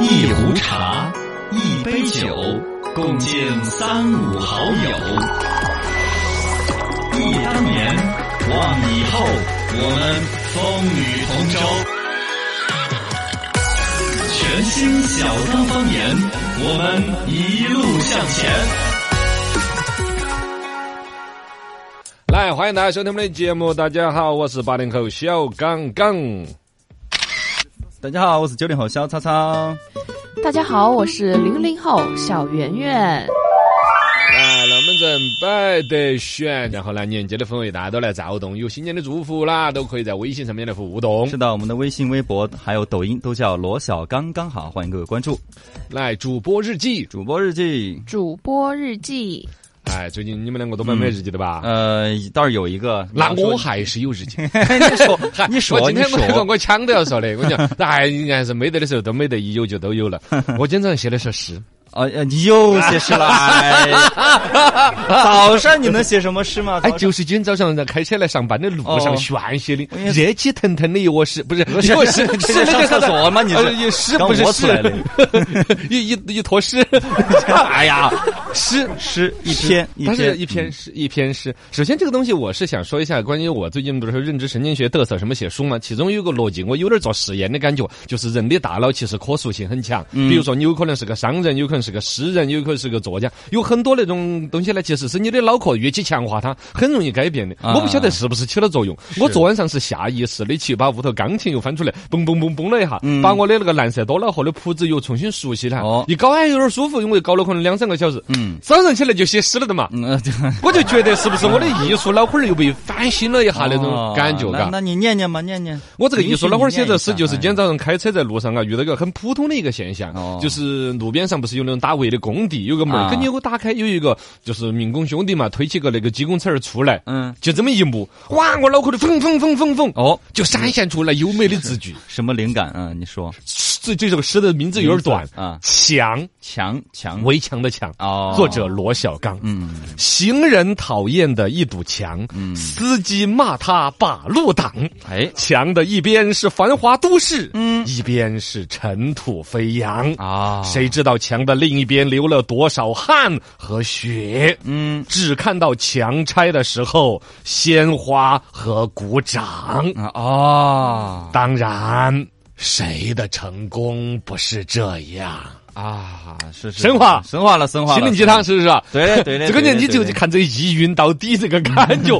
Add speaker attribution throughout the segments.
Speaker 1: 一壶茶，一杯酒，共敬三五好友。忆当年，望以后，我们风雨同舟。全新小刚方言，我们一路向前。
Speaker 2: 来，欢迎大家收听我们的节目。大家好，我是八零后小刚刚。
Speaker 3: 大家好，我是九零后小超超。
Speaker 4: 大家好，我是零零后小圆圆。
Speaker 2: 来，龙门阵摆得选，然后呢，年节的氛围大家都来躁动，有新年的祝福啦，都可以在微信上面来互动
Speaker 3: 是。的，我们的微信、微博还有抖音都叫罗小刚刚好，欢迎各位关注。
Speaker 2: 来，主播日记，
Speaker 3: 主播日记，
Speaker 4: 主播日记，
Speaker 2: 哎，最近你们两个都
Speaker 3: 嗯
Speaker 2: 没买日记的吧？
Speaker 3: 呃，倒是有一个。
Speaker 2: 那我还是有日 记，
Speaker 3: 你说，你
Speaker 2: 我
Speaker 3: 说，
Speaker 2: 今
Speaker 3: 你
Speaker 2: 天我
Speaker 3: 说，
Speaker 2: 我抢都要说的，我讲， 哎，你还是没得的时候都没得，一有就都有 了。我今天早上写的是诗，
Speaker 3: 啊，呃你又写诗了？ 哎早上你能写什么诗吗？
Speaker 2: 哎，
Speaker 3: 早上
Speaker 2: 就是今天早上在开车来上班的路上
Speaker 3: 哦
Speaker 2: 炫写的
Speaker 3: 也，
Speaker 2: 热气腾腾的一卧室，不是一卧室，
Speaker 3: 这
Speaker 2: 是那
Speaker 3: 上
Speaker 2: 个啥
Speaker 3: 厕
Speaker 2: 子？
Speaker 3: 所吗？你
Speaker 2: 呃
Speaker 3: 是
Speaker 2: 也屎
Speaker 3: 刚
Speaker 2: 不是
Speaker 3: 磨出来的
Speaker 2: 屎， 一一一坨屎，哎呀，诗
Speaker 3: 诗一篇一
Speaker 2: 它是
Speaker 3: 篇嗯
Speaker 2: 一篇诗，一篇诗。首先，这个东西我是想说一下，关于我最近不是说认知神经学嘚瑟什么写书嘛，其中有个逻辑，我有点做实验的感觉，就是人的大脑其实可塑性很强。
Speaker 3: 嗯
Speaker 2: 比如说，你有可能是个商人，有可能是个诗人，有可能是个作家，有很多那种东西呢，其实是你的脑壳越去强化它，很容易改变的。
Speaker 3: 啊
Speaker 2: 我不晓得是不是起了作用。我昨晚上是下意识的去把屋头钢琴又翻出来，嘣嘣嘣嘣了一下，把我的那个蓝色多瑙河的谱子又重新熟悉了
Speaker 3: 嗯哦。
Speaker 2: 一搞哎有点舒服，因为搞了可能两三个小时。
Speaker 3: 嗯
Speaker 2: 早上起来就写诗了的嘛。
Speaker 3: 嗯，呃对
Speaker 2: 我就觉得是不是我的艺术脑壳儿又被翻新了一下那种感觉，
Speaker 3: 哦
Speaker 2: 嘎
Speaker 3: 那。那你念念吧，念念。
Speaker 2: 我这个艺术脑壳儿写这诗，就是今天
Speaker 3: 今
Speaker 2: 早上开车在路上啊，遇到一个很普通的一个现象
Speaker 3: 哦，
Speaker 2: 就是路边上不是有那种打围的工地，有个门儿，
Speaker 3: 啊
Speaker 2: 跟我打开有一个就是民工兄弟嘛，推起个那个鸡公车儿出来，
Speaker 3: 嗯，
Speaker 2: 就这么一幕，哇，我脑壳儿里嗡嗡嗡嗡嗡，
Speaker 3: 哦，
Speaker 2: 就闪现出来优美的字 句。
Speaker 3: 什么灵感啊？你说
Speaker 2: 这这首诗的名字有点短，
Speaker 3: 啊，
Speaker 2: 强
Speaker 3: 强强
Speaker 2: 围墙的强，
Speaker 3: 哦，
Speaker 2: 作者罗小刚。
Speaker 3: 嗯。
Speaker 2: 行人讨厌的一堵墙，司机骂他把路挡。
Speaker 3: 哎
Speaker 2: 墙的一边是繁华都市，
Speaker 3: 嗯
Speaker 2: 一边是尘土飞扬。
Speaker 3: 啊，
Speaker 2: 谁知道墙的另一边流了多少汗和血？
Speaker 3: 嗯
Speaker 2: 只看到强拆的时候鲜花和鼓掌。
Speaker 3: 啊哦
Speaker 2: 当然，谁的成功不是这样？
Speaker 3: 啊，是是
Speaker 2: 神话
Speaker 3: 神话了，神话了，
Speaker 2: 心灵鸡汤是不是啊？
Speaker 3: 对的对的
Speaker 2: 这个
Speaker 3: 对
Speaker 2: 年
Speaker 3: 的
Speaker 2: 纪就
Speaker 3: 对的
Speaker 2: 看这一晕到底这个感 觉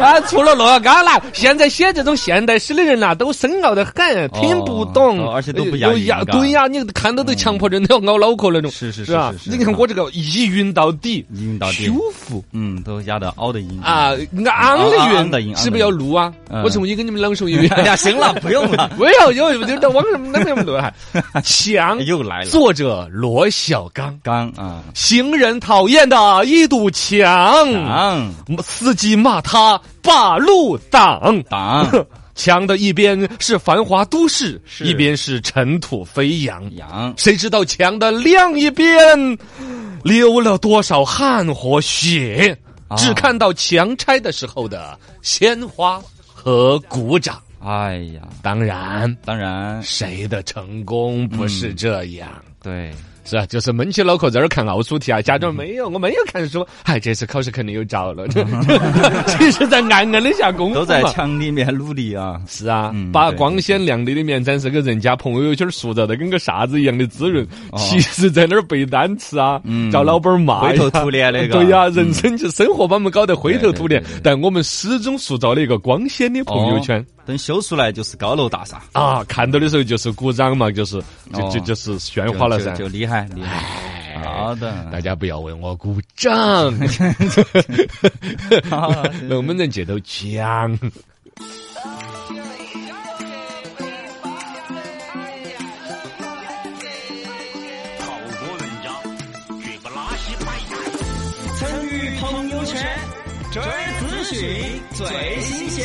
Speaker 2: 啊！除了罗小刚啦，现在写这种现代诗的人呐、都深奥的很，听不懂，
Speaker 3: 哦而且都不
Speaker 2: 呃
Speaker 3: 押
Speaker 2: 有
Speaker 3: 韵
Speaker 2: 押
Speaker 3: 嘎
Speaker 2: 对呀、你看到都强迫人都要咬脑壳那种，
Speaker 3: 是是嗯是
Speaker 2: 吧？
Speaker 3: 是是
Speaker 2: 你看我这个一晕到底，
Speaker 3: 一晕到底
Speaker 2: 修复。
Speaker 3: 嗯，都压的凹的音
Speaker 2: 啊，昂
Speaker 3: 昂昂
Speaker 2: 的
Speaker 3: 哦的
Speaker 2: 晕
Speaker 3: 晕
Speaker 2: 是不是要录啊？
Speaker 3: 嗯
Speaker 2: 我重新给你们朗诵一遍。
Speaker 3: 哎呀，行了，不用了，
Speaker 2: 不要，有有在网上那么录 还强，
Speaker 3: 哎又来了，
Speaker 2: 啊作者罗小刚。
Speaker 3: 刚啊，
Speaker 2: 行人讨厌的一堵墙，
Speaker 3: 挡
Speaker 2: 司机骂他把路挡。
Speaker 3: 挡
Speaker 2: 墙的一边是繁华都市，
Speaker 3: 是
Speaker 2: 一边是尘土飞扬。
Speaker 3: 羊
Speaker 2: 谁知道墙的另一边流了多少汗和血？
Speaker 3: 啊
Speaker 2: 只看到强拆的时候的鲜花和鼓掌。
Speaker 3: 哎呀，
Speaker 2: 当然，
Speaker 3: 当然
Speaker 2: 谁的成功不是这样？
Speaker 3: 对，
Speaker 2: 是啊，就是闷起脑壳在那儿看奥数题啊，假
Speaker 3: 嗯
Speaker 2: 装没有，我没有看书，哎，这次考试肯定有着了。 其实，在暗暗的下功夫
Speaker 3: 都在
Speaker 2: 嘛。
Speaker 3: 墙里面努力啊，
Speaker 2: 是啊，
Speaker 3: 嗯
Speaker 2: 把
Speaker 3: 对
Speaker 2: 光鲜亮丽的面展示给人家，朋友圈塑造的跟个啥子一样的滋润，
Speaker 3: 哦
Speaker 2: 其实在那儿背单词啊，
Speaker 3: 嗯
Speaker 2: 叫老板儿骂
Speaker 3: 灰
Speaker 2: 呀
Speaker 3: 头土脸那个 嗯
Speaker 2: 对呀，人生就生活把我们搞得灰头土脸
Speaker 3: 对对对对，
Speaker 2: 但我们始终塑造了一个光鲜的朋友圈。
Speaker 3: 哦等修出来就是高楼大厦，
Speaker 2: 啊，看到的时候就是鼓掌嘛，就是就
Speaker 3: 哦
Speaker 2: 就就是炫
Speaker 3: 就
Speaker 2: 哎花了
Speaker 3: 就
Speaker 2: 噻。
Speaker 3: 就啊厉害厉害，
Speaker 2: 哎
Speaker 3: 好
Speaker 2: 大
Speaker 3: 的，
Speaker 2: 家不要为我鼓掌， 龙门阵节奏强。
Speaker 5: 参与朋友圈，追资讯最新鲜。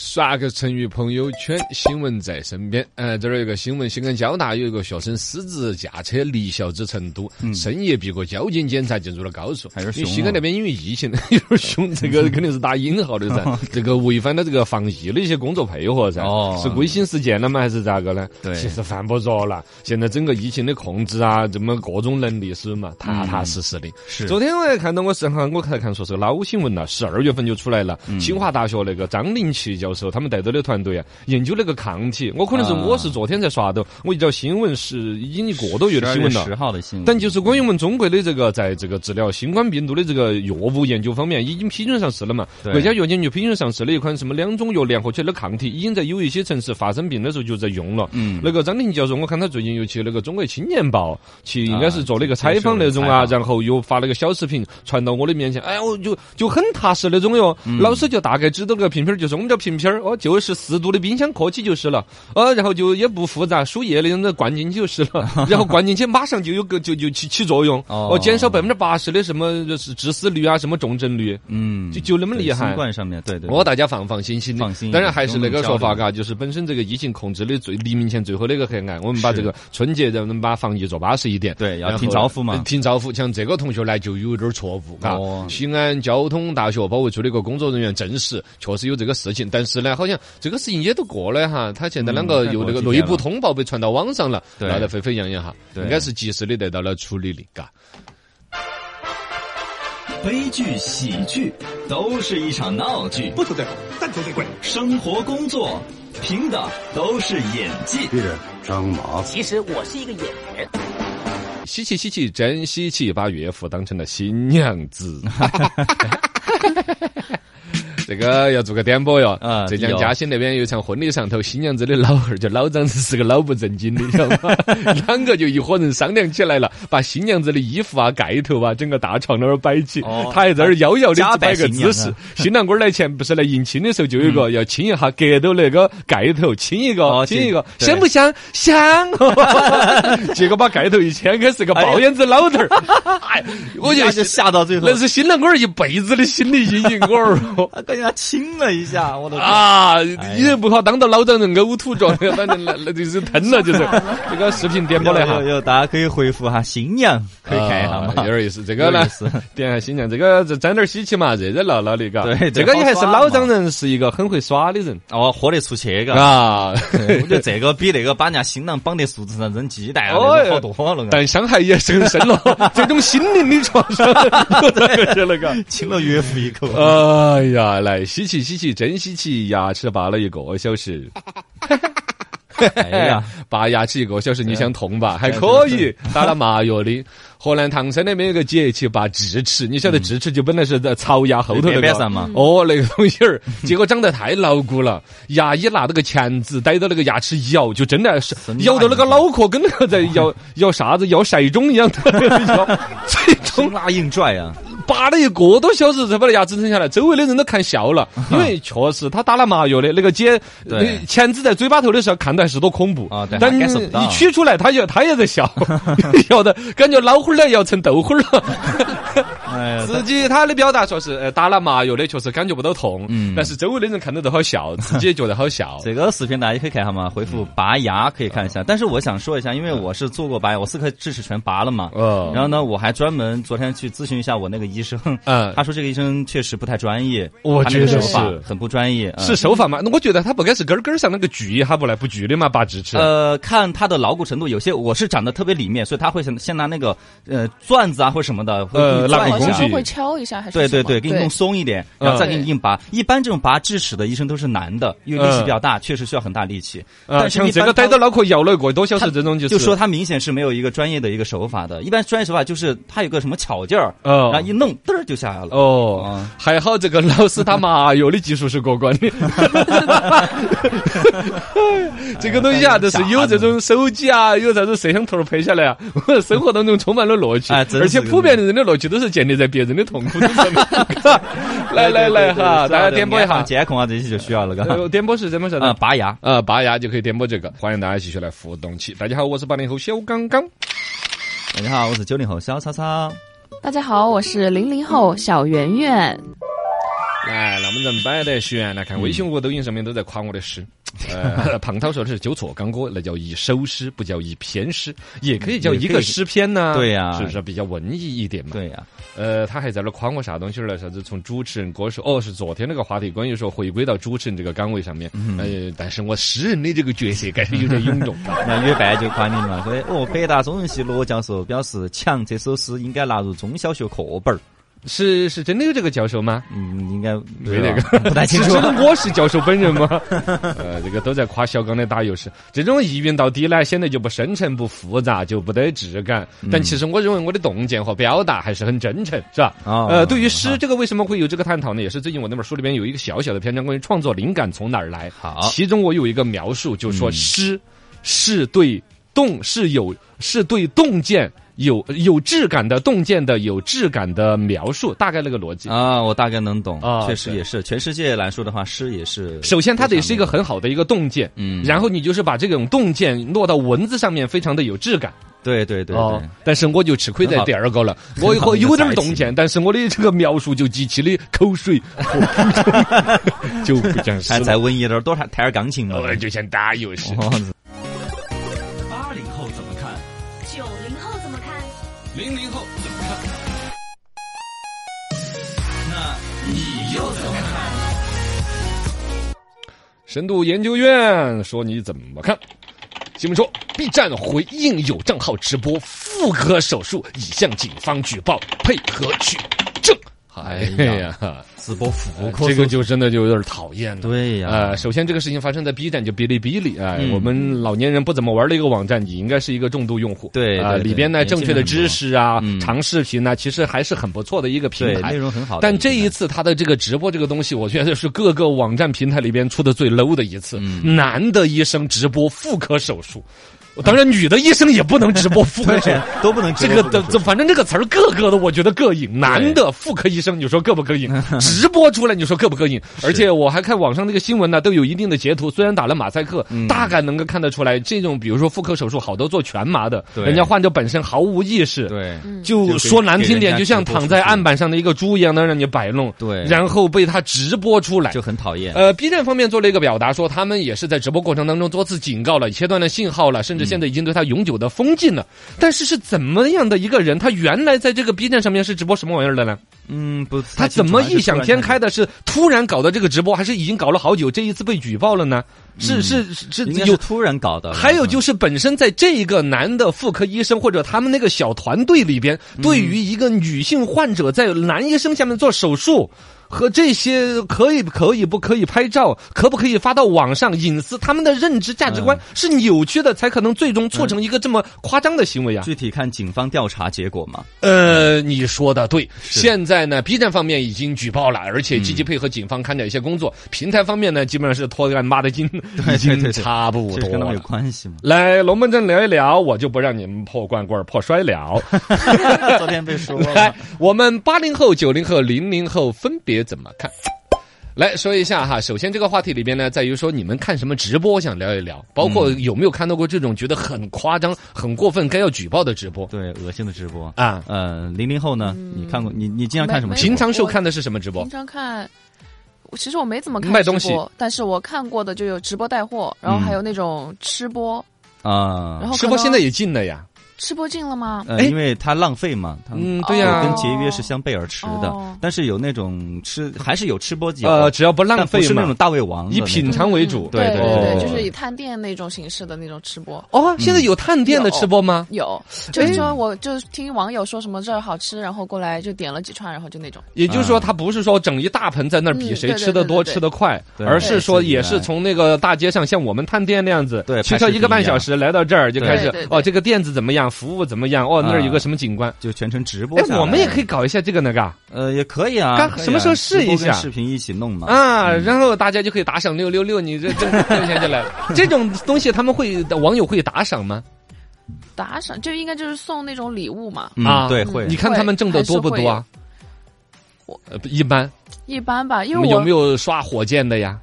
Speaker 2: 刷个成语朋友圈，新闻在身边。呃，这儿有一个新闻，西安交大有一个学生私自驾车离校至成都，深夜避过交警检查进入了高速。
Speaker 3: 嗯还有点
Speaker 2: 因为
Speaker 3: 凶
Speaker 2: 西安
Speaker 3: 哦
Speaker 2: 那边因为疫情 有点凶，这 个肯定是打引号的噻。这个违反了这个防疫的一些工作配合噻。
Speaker 3: 哦
Speaker 2: 是归心似箭了吗？还是咋个呢？
Speaker 3: 对
Speaker 2: 其实犯不着了。现在整个疫情的控制啊，这么各种能力是嘛，踏踏实实的。
Speaker 3: 是
Speaker 2: 昨天我还看到我是哈，我才看说是个老新闻了，十二月份就出来了。
Speaker 3: 嗯
Speaker 2: 清华大学那个张林奇教授他们带队的团队啊，研究那个抗体。我可能是
Speaker 3: 啊
Speaker 2: 我是昨天才刷到，我一条新闻是已经一个多月的新闻
Speaker 3: 十
Speaker 2: 了。
Speaker 3: 号的新闻，
Speaker 2: 但就是关于我们中国的这个，在这个治疗新冠病毒的这个药物研究方面，已经批准上市了嘛？
Speaker 3: 对
Speaker 2: 国家药监局批准上市了一款什么两种药联合起来的抗体，已经在有一些城市发生病的时候就在用了。
Speaker 3: 嗯
Speaker 2: 那个张林教授，我看他最近又去那个《中国青年报》去，应该是做了一个采访那种
Speaker 3: 啊
Speaker 2: 啊，
Speaker 3: 接受了采访
Speaker 2: 然后又发了个小视频传到我的面前，哎呀，我就就很踏实那种哟。
Speaker 3: 嗯
Speaker 2: 老师就大概知道那个瓶瓶儿，就是我们叫瓶瓶儿，哦，就是四度的冰箱客气就是了，呃，然后就也不复杂，输液那种的灌进去就是了，然后灌进去马上就有个就就起起作用，
Speaker 3: 哦
Speaker 2: 哦，减少百分之八十的什么就是致死率啊，什么重症率，
Speaker 3: 嗯，
Speaker 2: 就就那么厉
Speaker 3: 对
Speaker 2: 害
Speaker 3: 新。冠上面对对，
Speaker 2: 我大家放放心心的，
Speaker 3: 放心
Speaker 2: 当然还是那个说法，
Speaker 3: 不用
Speaker 2: 嘎，就是本身这个疫情控制的最黎明前最后的一个黑暗，我们把这个春节咱们把防疫做巴适一点，
Speaker 3: 对要
Speaker 2: 然后
Speaker 3: 听招呼嘛
Speaker 2: 听招呼。像这个同学呢就有点错误，嘎
Speaker 3: 哦。
Speaker 2: 西安交通大学保卫处的一个工作人员证实，确实有这个事情，但是呢，好像这个事情也都过了哈，他现在啷个
Speaker 3: 嗯
Speaker 2: 又那个
Speaker 3: 过
Speaker 2: 内
Speaker 3: 几天
Speaker 2: 部
Speaker 3: 了
Speaker 2: 通报被传到网上了，
Speaker 3: 对
Speaker 2: 闹得沸沸扬扬哈，
Speaker 3: 对
Speaker 2: 应该是及时的得到了处理的，嘎。
Speaker 5: 悲剧、喜剧，都是一场闹剧。
Speaker 6: 不求最好，但求最贵。
Speaker 5: 生活、工作，凭的都是演技。
Speaker 7: 别人张麻子。
Speaker 8: 其实我是一个演员。
Speaker 2: 稀奇稀奇，真稀奇！把岳父当成了新娘子。这个要做个点播哟。
Speaker 3: 啊
Speaker 2: 浙江嘉兴那边有一场婚礼上头，新娘子的老二就老张子是个老不正经的，晓得吗？ 两个就一伙人商量起来了，把新娘子的衣服啊、盖头啊，整个大床那儿摆起，
Speaker 3: 哦
Speaker 2: 他还在那儿摇摇的
Speaker 3: 假
Speaker 2: 摆
Speaker 3: 扮
Speaker 2: 个
Speaker 3: 新娘
Speaker 2: 姿
Speaker 3: 啊嗯
Speaker 2: 势。新郎官来前不是来迎亲的时候，就有一个要亲一下隔到那个盖头，亲一个，
Speaker 3: 哦
Speaker 2: 亲一个，
Speaker 3: 亲对
Speaker 2: 香不香？香 哦。结果把盖头一掀开，是个龅眼子老 头儿。哎，我觉
Speaker 3: 一下
Speaker 2: 得
Speaker 3: 就吓到最后
Speaker 2: 那，是新郎官儿一辈子的心理阴影，我儿 哦。
Speaker 3: 他跟人家亲了一下， 我的
Speaker 2: 啊，你也不好当到老丈人呕吐状，反正那那就是疼了， 就是这个视频点播了哈
Speaker 3: 有。有，大家可以回复哈，新娘可以看一下
Speaker 2: 啊
Speaker 3: 嘛
Speaker 2: 有。点意思。这个呢
Speaker 3: 有意思，
Speaker 2: 点下新娘，这个这沾点稀奇嘛，热热闹闹的，嘎。
Speaker 3: 对对
Speaker 2: 这个也还是
Speaker 3: 好耍嘛
Speaker 2: 老丈人是一个很会耍的人
Speaker 3: 哦，豁得出去，嘎。
Speaker 2: 啊。
Speaker 3: 我觉得这个比那个把人家新郎绑在树枝上扔鸡蛋啊，
Speaker 2: 哦
Speaker 3: 那种好多了。嘎
Speaker 2: 但伤害也深深 了，这种心灵的创伤， 是那个。
Speaker 3: 亲了岳父一口，
Speaker 2: 哎呀，来稀奇稀奇，真稀奇！牙齿拔了一个小时，
Speaker 3: 哎呀，哎
Speaker 2: 拔牙齿一个小时，你想痛吧？还可以，打了麻药的。河南唐山那边有个姐去拔智齿，你晓得智齿就本来是在槽牙后头那
Speaker 3: 边边上
Speaker 2: 个
Speaker 3: 嘛
Speaker 2: 哦，那个东西儿，结果长得太牢固了，牙医拿那个钳子逮到那个牙齿一咬，就真的是
Speaker 3: 生
Speaker 2: 咬到那个
Speaker 3: 拉硬
Speaker 2: 脑壳，跟那个在咬咬啥子咬骰盅一样 的，咬最终
Speaker 3: 生拉硬拽啊，
Speaker 2: 拔了一个多小时才把那牙齿整下来，周围的人都看笑 了，因为确实他打了麻药的那个姐，
Speaker 3: 啊对
Speaker 2: 呃钳子在嘴巴头的时候看到还是多恐怖
Speaker 3: 啊对
Speaker 2: 但
Speaker 3: 他感受不到
Speaker 2: 一取出来，他也他也在 笑，笑的感觉脑花儿呢要成豆花儿了。
Speaker 3: 哎 呀，
Speaker 2: 自己他的表达说是呃打了麻药的，确实感觉不到痛，
Speaker 3: 嗯
Speaker 2: 但是周围的人看到都好 笑，自己也觉得好笑。
Speaker 3: 这个视频大家可以看一下嘛，回复拔牙可以看一下。但是我想说一下，因为我是做过拔牙，我四颗智齿全拔了嘛。
Speaker 2: 嗯
Speaker 3: 然后呢，我还专门昨天去咨询一下我那个医生，
Speaker 2: 嗯
Speaker 3: 他说这个医生确实不太专业，
Speaker 2: 我
Speaker 3: 他那个
Speaker 2: 觉得
Speaker 3: 手法
Speaker 2: 是
Speaker 3: 很不专业。嗯
Speaker 2: 是手法嘛？那我觉得他不该是根儿根儿上那个锯一下不来不锯的嘛，拔智齿。
Speaker 3: 呃，看它的牢固程度，有些我是长得特别里面，所以他会先先拿那个呃钻子啊或什么的，会
Speaker 2: 呃
Speaker 3: 给你
Speaker 2: 蜡
Speaker 3: 钻
Speaker 2: 笔
Speaker 3: 一
Speaker 2: 工
Speaker 3: 下
Speaker 2: 具
Speaker 4: 会敲一下还是
Speaker 3: 对对
Speaker 4: 什么
Speaker 3: 对，给你弄松一点，
Speaker 2: 嗯
Speaker 3: 然后再给你硬拔。一般这种拔智齿的医生都是男的，因为力气比较大，确实需要很大力气。
Speaker 2: 啊，
Speaker 3: 但是
Speaker 2: 像
Speaker 3: 一
Speaker 2: 这
Speaker 3: 般
Speaker 2: 个
Speaker 3: 他
Speaker 2: 逮到脑壳摇了一个多小时，这种就是
Speaker 3: 就说他明显是没有一个专业的一个手法的。一般专业手法就是他有个什么巧劲儿，
Speaker 2: 哦
Speaker 3: 然后一弄嘚儿就下来了。
Speaker 2: 哦
Speaker 3: 啊，
Speaker 2: 还好这个老师打麻药的技术是过关 的。这个东西啊，就是有这种手机啊，有啥子摄像头拍下来啊， 我的生活当中充满了乐趣，
Speaker 3: 哎真是
Speaker 2: 而且普遍的人的乐趣都是建立在别人的痛苦之上面。 来来来
Speaker 3: 啊
Speaker 2: 哈，大家点播一下，
Speaker 3: 监控啊这些就需要了，嘎。
Speaker 2: 呃点播是怎么说
Speaker 3: 啊，
Speaker 2: 的？
Speaker 3: 拔牙。
Speaker 2: 啊，拔牙就可以点播这个，欢迎大家继续来互动起。大家好，我是八零后小刚刚。
Speaker 3: 大家好，我是九零后小超超。
Speaker 4: 大家好，我是零零后小圆圆。
Speaker 2: 来，哎那我们人摆得悬，来看微信、我抖音上面都在夸我的诗。呃，胖涛说的是九错刚哥，那叫一首诗，不叫一篇诗，也可以叫一个诗篇呢、
Speaker 3: 对呀
Speaker 2: 是不是比较文艺一点嘛？
Speaker 3: 对呀、
Speaker 2: 呃，他还在那儿夸我啥东西儿了？啥子从主持人、歌手？哦，是昨天那个话题，关于说回归到主持人这个岗位上面。呃，但是我诗人的这个角色感觉有点臃肿。
Speaker 3: 那约伴就夸你嘛，说哦，北大中文系罗教授表示，强这首诗应该纳入中小学课本儿。
Speaker 2: 是是真的有这个教授吗？
Speaker 3: 嗯，应该
Speaker 2: 没那
Speaker 3: 这
Speaker 2: 个，
Speaker 3: 不太清 楚
Speaker 2: 是。真的我是教授本人 吗？呃，这个都在夸小刚的打油诗，这种一韵到底呢，显得就不深沉、不复杂，就不得质感。
Speaker 3: 嗯
Speaker 2: 但其实我认为我的洞见和表达还是很真诚，是吧？
Speaker 3: 哦
Speaker 2: 呃，对于诗这个为什么会有这个探讨呢？也是最近我那本书里面有一个小小的篇章，关于创作灵感从哪儿来。
Speaker 3: 好嗯
Speaker 2: 其中我有一个描述，就说诗是对洞是有是对洞见。有有质感的洞见的有质感的描述，大概那个逻辑
Speaker 3: 啊，我大概能懂，
Speaker 2: 啊
Speaker 3: 确实也是。全世界来说的话，诗也是。
Speaker 2: 首先，它得是一个很好的一个洞见，
Speaker 3: 嗯
Speaker 2: 然后你就是把这种洞见落到文字上面，非常的有质感。
Speaker 3: 对对对对，
Speaker 2: 哦，但是我就吃亏在第二个了，我
Speaker 3: 很好
Speaker 2: 我有点
Speaker 3: 很好
Speaker 2: 洞见，但是我的这个描述就极其的口水和普通就不讲诗
Speaker 3: 还
Speaker 2: 了
Speaker 3: 再，文艺点儿，多弹弹点儿钢琴嘛。
Speaker 2: 我哦就想打游戏。
Speaker 3: 哦
Speaker 1: 八零后怎么看？
Speaker 6: 九零后怎么看？
Speaker 1: 零零后怎么看？那你又怎么看？
Speaker 2: 深度研究院说你怎么看？新闻说，B 站回应有账号直播妇科手术，已向警方举报，配合取证。 哎呀，哎
Speaker 3: 直播妇科
Speaker 2: 这个就真的就有点讨厌了。
Speaker 3: 对呀、
Speaker 2: 呃，首先这个事情发生在 B 站，就哔哩哔哩啊，
Speaker 3: 嗯
Speaker 2: 我们老年人不怎么玩的一个网站，你应该是一个重度用户。
Speaker 3: 对
Speaker 2: 啊、
Speaker 3: 对对
Speaker 2: 里边呢
Speaker 3: 年轻
Speaker 2: 正确的
Speaker 3: 人很多
Speaker 2: 知识啊，
Speaker 3: 嗯
Speaker 2: 长视频呢、其实还是很不错的一个平
Speaker 3: 对
Speaker 2: 台
Speaker 3: 内。容很好的，
Speaker 2: 但这一次他的这个直播这个东西，我觉得是各个网站平台里边出的最 low 的一次。
Speaker 3: 嗯
Speaker 2: 男的医生直播妇科手术，当然女的医生也不能直播妇科手术。
Speaker 3: 对都不能直
Speaker 2: 这
Speaker 3: 播
Speaker 2: 个
Speaker 3: 不
Speaker 2: 的
Speaker 3: 能，
Speaker 2: 这反正这个词儿各个的，我觉得膈应。男的妇科医生，你说膈不膈 应？直播出来，你说膈不膈应？而且我还看网上那个新闻呢，都有一定的截图，虽然打了马赛克，
Speaker 3: 嗯
Speaker 2: 大概能够看得出来，这种比如说妇科手术，好多做全麻的，
Speaker 3: 对
Speaker 2: 人家患者本身毫无意识。
Speaker 3: 对
Speaker 2: 就说难听点，
Speaker 3: 就给
Speaker 2: 就像躺在案板上的一个猪一样的让你摆弄，
Speaker 3: 对
Speaker 2: 然后被他直播出来
Speaker 3: 就。很讨厌。
Speaker 2: 呃，B 站方面做了一个表达，说他们也是在直播过程当中多次警告了，切断了信号了，甚至现在已经对他永久的封禁了。
Speaker 3: 嗯
Speaker 2: 但是是怎么样的一个人？他原来在这个 B 站上面是直播什么玩意儿的呢？
Speaker 3: 嗯，不，
Speaker 2: 他怎么异想天开？的？是突然搞的这个直播，还是已经搞了好久？这一次被举报了呢？是是是
Speaker 3: 嗯应该
Speaker 2: 有
Speaker 3: 是突然搞的。
Speaker 2: 还有就是，本身在这一个男的妇科医生或者他们那个小团队里边，
Speaker 3: 嗯
Speaker 2: 对于一个女性患者在男医生下面做手术。和这些可以可以不可以拍照，可不可以发到网上？隐私，他们的认知价值
Speaker 3: 嗯
Speaker 2: 观是扭曲的，才可能最终促成一个这么夸张的行为啊！
Speaker 3: 具体看警方调查结果嘛。
Speaker 2: 呃，你说的对。现在呢，B 站方面已经举报了，而且
Speaker 3: 嗯
Speaker 2: 积极配合警方勘察一些工作。平台方面呢，基本上是脱干妈的筋，
Speaker 3: 对
Speaker 2: 已经
Speaker 3: 对对
Speaker 2: 差不
Speaker 3: 这
Speaker 2: 多
Speaker 3: 是跟
Speaker 2: 了？
Speaker 3: 他们有。关系吗
Speaker 2: 来龙门阵聊一聊，我就不让你们破罐罐儿破摔 了。
Speaker 3: 昨天被说
Speaker 2: 来
Speaker 3: 了，
Speaker 2: 我们八零后、九零后、零零后分别怎么看？来说一下哈，首先这个话题里边呢，在于说你们看什么直播，我想聊一聊，包括有没有看到过这种觉得很夸张、很过分、该要举报的直播
Speaker 3: 对恶心的直播。
Speaker 2: 啊？
Speaker 3: 嗯，零零后呢？你看过你你经常看什么
Speaker 4: 没
Speaker 3: 直播？
Speaker 2: 平常时候看的是什么直播
Speaker 4: 平？常看，我其实我没怎么看
Speaker 2: 卖
Speaker 4: 直
Speaker 2: 东西
Speaker 4: 播，但是我看过的就有直播带货，然后还有那种吃播，
Speaker 3: 啊
Speaker 4: 然，后
Speaker 2: 直嗯播
Speaker 4: 可能
Speaker 2: 现在也禁了呀。
Speaker 4: 吃播进了吗？
Speaker 3: 呃
Speaker 2: 哎，
Speaker 3: 因为它浪费嘛，它
Speaker 2: 嗯，对呀、
Speaker 4: 啊
Speaker 3: 哦跟节约是相背而驰
Speaker 4: 哦
Speaker 3: 的。但是有那种吃，还是有吃播节目
Speaker 2: 呃，，只要不浪
Speaker 3: 但不
Speaker 2: 费
Speaker 3: 是那
Speaker 2: 嘛
Speaker 3: 种，大胃王的
Speaker 2: 以
Speaker 3: 那种，
Speaker 2: 品尝为主。
Speaker 3: 对
Speaker 4: 嗯对
Speaker 2: 对对
Speaker 4: 就是以探店那种形式的那种吃播。
Speaker 2: 哦，现在有探店的
Speaker 4: 有
Speaker 2: 吃播吗？
Speaker 4: 有，就是说，我就听网友说什么这儿好吃，然后过来就点了几串，然后就那种。
Speaker 2: 也就是说，他不是说整一大盆在那儿比
Speaker 4: 嗯
Speaker 2: 谁
Speaker 4: 对对
Speaker 2: 吃的多、
Speaker 4: 对对对
Speaker 2: 吃的快，
Speaker 3: 对
Speaker 2: 而是说也
Speaker 3: 对
Speaker 2: 是
Speaker 3: 对
Speaker 2: 从那个大街上像我们探店那样子，
Speaker 3: 对
Speaker 2: 骑车一个半小时来到这儿就开始
Speaker 4: 对对，对
Speaker 2: 哦，这个店子怎么样，服务怎么样，哦，那儿有个什么景观。
Speaker 3: 就全程直播
Speaker 2: 哎
Speaker 3: 下，来。
Speaker 2: 我们也可以搞一下这个那个
Speaker 3: 呃，也可以啊，
Speaker 2: 刚
Speaker 3: 可以啊
Speaker 2: 什么时候试一下
Speaker 3: 直播跟视频一起弄嘛？
Speaker 2: 啊，然后大家就可以打赏六六六，你这挣挣钱就来 了。这种东西他们会网友会打赏吗？
Speaker 4: 打赏就应该就是送那种礼物嘛，
Speaker 3: 嗯
Speaker 2: 啊
Speaker 3: 对，
Speaker 4: 嗯
Speaker 3: 会
Speaker 2: 你看他们挣的多不多啊
Speaker 4: 我？
Speaker 2: 呃，不一般。
Speaker 4: 一般吧，
Speaker 2: 你
Speaker 4: 因为
Speaker 2: 们
Speaker 4: 我
Speaker 2: 有没有刷火箭的呀？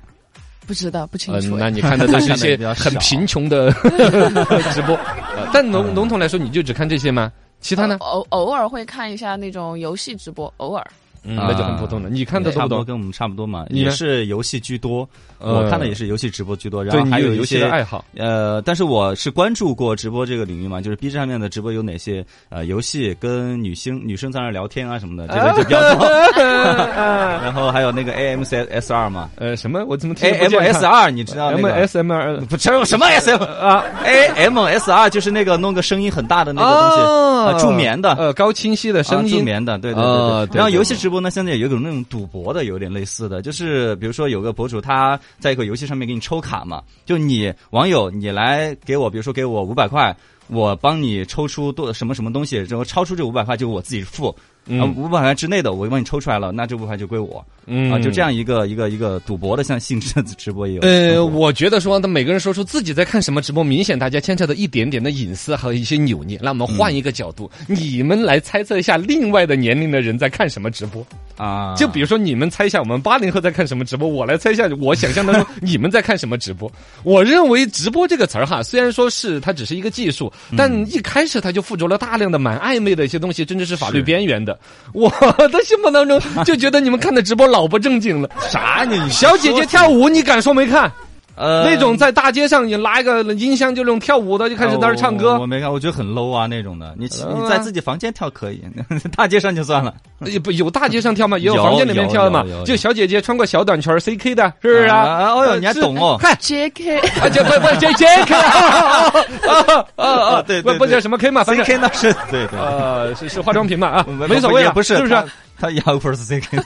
Speaker 4: 不知道不清
Speaker 2: 嗯，
Speaker 4: 楚。哎
Speaker 2: 那你看的都是一些
Speaker 3: 看得比较少
Speaker 2: 很贫穷 的直播，呃但笼笼
Speaker 3: 嗯呃
Speaker 4: 呃
Speaker 2: 统来说，你就只看这些吗？其他呢？
Speaker 4: 偶偶尔会看一下那种游戏直播，偶尔
Speaker 2: 嗯，那就很普通的。你看的多
Speaker 3: 差不
Speaker 2: 不
Speaker 3: 多
Speaker 2: 多？
Speaker 3: 跟我们差不多嘛，
Speaker 2: 你呢
Speaker 3: 也是游戏居多。
Speaker 2: 呃
Speaker 3: 我看的也是游戏直播居多，然
Speaker 2: 对
Speaker 3: 后
Speaker 2: 你
Speaker 3: 还
Speaker 2: 有
Speaker 3: 一
Speaker 2: 游戏
Speaker 3: 些
Speaker 2: 的爱好。
Speaker 3: 呃，但是我是关注过直播这个领域嘛，就是 B 站上面的直播有哪些呃游戏跟女星女生在那儿聊天啊什么的，这 个就比较多。 然后还有那个 AMSR 嘛
Speaker 2: 呃，什么？我怎么听不见看
Speaker 3: ，AMSR 你知道呃那个
Speaker 2: M S M R
Speaker 3: 不什么什 么 SM 啊，AMSR 就是那个弄个声音很大的那个东西，
Speaker 2: 哦
Speaker 3: 呃助眠的。
Speaker 2: 呃，高清晰的声
Speaker 3: 啊助
Speaker 2: 音，
Speaker 3: 眠的，对对对对。
Speaker 2: 啊对
Speaker 3: 然后
Speaker 2: 对
Speaker 3: 游戏直播呢，现在也有种那种赌博的，有点类似的，就是比如说有个博主他在一个游戏上面给你抽卡嘛，就你网友你来给我，比如说给我五百块，我帮你抽出多什么什么东西，然后超出这五百块就我自己付，
Speaker 2: 嗯
Speaker 3: 啊五百块之内的我帮你抽出来了，那这五百块就归我、
Speaker 2: 嗯
Speaker 3: 啊，就这。样一个一个一个赌博的像性质的直播也有。
Speaker 2: 呃，我觉得说，那每个人说出自己在看什么直播，明显大家牵扯到一点点的隐私和一些扭捏。那我们
Speaker 3: 嗯
Speaker 2: 换一个角度，你们来猜测一下另外的年龄的人在看什么直播。
Speaker 3: 啊，
Speaker 2: 就比如说，你们猜一下我们八零后在看什么直播，我来猜一下，我想象当中你们在看什么直播。 我认为“直播”这个词儿哈，虽然说是它只是一个技术，
Speaker 3: 嗯
Speaker 2: 但一开始它就附着了大量的蛮暧昧的一些东西，甚至是法律边缘的。 我的心目当中就觉得你们看的直播老不正经了。
Speaker 3: 啥 你
Speaker 2: 小姐姐跳舞，你敢说没看？
Speaker 3: 呃
Speaker 2: 那种在大街上，你拿一个音箱，就那种跳舞的，就开始在那儿唱
Speaker 3: 啊我
Speaker 2: 歌
Speaker 3: 我。没看，我觉得很 low 啊那种的。你
Speaker 2: 啊
Speaker 3: 你在自己房间跳可以， 大街上就算了。
Speaker 2: 也不有大街上跳吗？也有
Speaker 3: 有
Speaker 2: 房间里面
Speaker 3: 有
Speaker 2: 跳的嘛
Speaker 3: 有有。有
Speaker 2: 就小姐姐穿个小短裙儿，CK 的，是不是啊？
Speaker 3: 啊哦哟，你还
Speaker 2: 是哎
Speaker 3: 懂哦。
Speaker 2: 嗨，
Speaker 4: JK
Speaker 2: 啊，这不不这杰 克，啊啊啊！
Speaker 3: 对
Speaker 2: 不
Speaker 3: 对
Speaker 2: 不
Speaker 3: 对
Speaker 2: 叫什么 K 嘛，反正
Speaker 3: CK 那是 对对，
Speaker 2: 呃是是化妆品嘛啊，
Speaker 3: 没
Speaker 2: 没所谓
Speaker 3: 也
Speaker 2: 啊，
Speaker 3: 不是
Speaker 2: 是不是啊
Speaker 3: 他？他雅虎是 CK，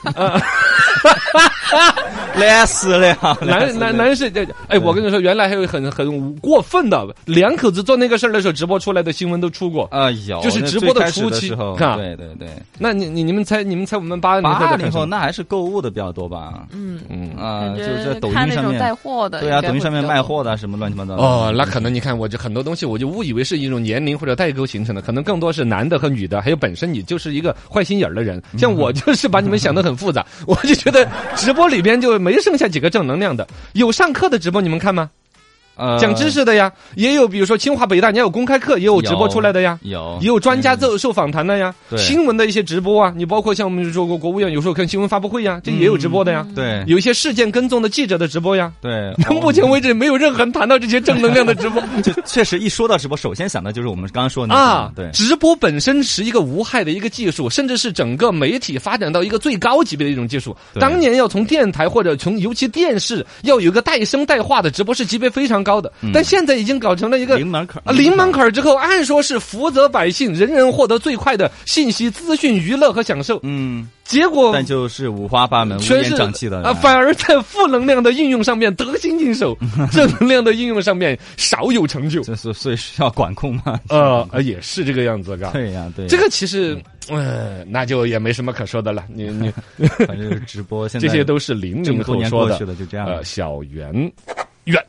Speaker 3: 累死了呀！累
Speaker 2: 男
Speaker 3: 死了
Speaker 2: 男男士，这哎，我跟你说，原来还有很很过分的，两口子做那个事儿的时候，直播出来的新闻都出过。
Speaker 3: 啊有，
Speaker 2: 就是
Speaker 3: 那
Speaker 2: 直播的
Speaker 3: 最开始
Speaker 2: 初
Speaker 3: 的
Speaker 2: 期
Speaker 3: 时候
Speaker 2: 看啊
Speaker 3: 对对对，
Speaker 2: 那你你你们猜，你们猜我们八零后在
Speaker 3: 八零
Speaker 2: 看什
Speaker 3: 后
Speaker 2: 么？
Speaker 3: 那还是购物的比较多吧？
Speaker 4: 嗯，
Speaker 2: 嗯
Speaker 3: 啊，
Speaker 4: 感
Speaker 3: 就
Speaker 4: 觉
Speaker 3: 是在抖
Speaker 4: 看
Speaker 3: 音
Speaker 4: 那
Speaker 3: 上
Speaker 4: 种带
Speaker 3: 面，
Speaker 4: 货的，
Speaker 3: 对啊，
Speaker 4: 应该
Speaker 3: 抖音
Speaker 4: 会
Speaker 3: 上面
Speaker 4: 比较
Speaker 3: 卖
Speaker 4: 多
Speaker 3: 货的什么乱七八糟的。
Speaker 2: 哦，那可能你看，我这很多东西我就误以为是一种年龄或者代沟形成的，可能更多是男的和女的，还有本身你就是一个坏心眼儿的人。
Speaker 3: 嗯
Speaker 2: 像我就是把你们想的很复杂，我就觉得直播里边就没剩下几个正能量的。有上课的直播你们看吗？
Speaker 3: 呃哦
Speaker 2: 讲知识的呀，也有比如说清华北大，人家有公开课，也有直播出来的呀。
Speaker 3: 有
Speaker 2: 也有专家受受访谈的呀，
Speaker 3: 嗯对
Speaker 2: 新闻的一些直播啊，你包括像我们说过国务院有时候看新闻发布会呀，
Speaker 3: 嗯
Speaker 2: 这也有直播的呀，
Speaker 3: 对
Speaker 2: 有一些事件跟踪的记者的直播呀。
Speaker 3: 对，
Speaker 2: 到目前为止没有任何人谈到这些正能量的直播
Speaker 3: 就确实一说到直播，首先想到就是我们刚刚说的那个
Speaker 2: 啊。
Speaker 3: 对，
Speaker 2: 直播本身是一个无害的一个技术，甚至是整个媒体发展到一个最高级别的一种技术。
Speaker 3: 对
Speaker 2: 当年要从电台或者从尤其电视要有一个带声带话的直播是级别非常高的，但现在已经搞成了一个
Speaker 3: 零门槛
Speaker 2: 啊，零嗯门槛儿之后，按说是福泽百姓，人人获得最快的信息、资讯、娱乐和享受。
Speaker 3: 嗯，
Speaker 2: 结果
Speaker 3: 但就是五花八门、乌
Speaker 2: 全
Speaker 3: 烟
Speaker 2: 是
Speaker 3: 瘴气的
Speaker 2: 啊，反而在负能量的应用上面得心应 手，正能量的应用上面少有成就。
Speaker 3: 这是所以需要管控嘛？
Speaker 2: 呃，啊也是这个样子，嘎。
Speaker 3: 对呀，对呀，
Speaker 2: 这个其实，
Speaker 3: 嗯
Speaker 2: 呃，那就也没什么可说的了。你 你，
Speaker 3: 反正就是直播，现在
Speaker 2: 这些都是零
Speaker 3: 这
Speaker 2: 零
Speaker 3: 么多
Speaker 2: 后
Speaker 3: 年
Speaker 2: 说
Speaker 3: 过
Speaker 2: 的呃
Speaker 3: 去。了，就这样了
Speaker 2: 呃，。小圆圆。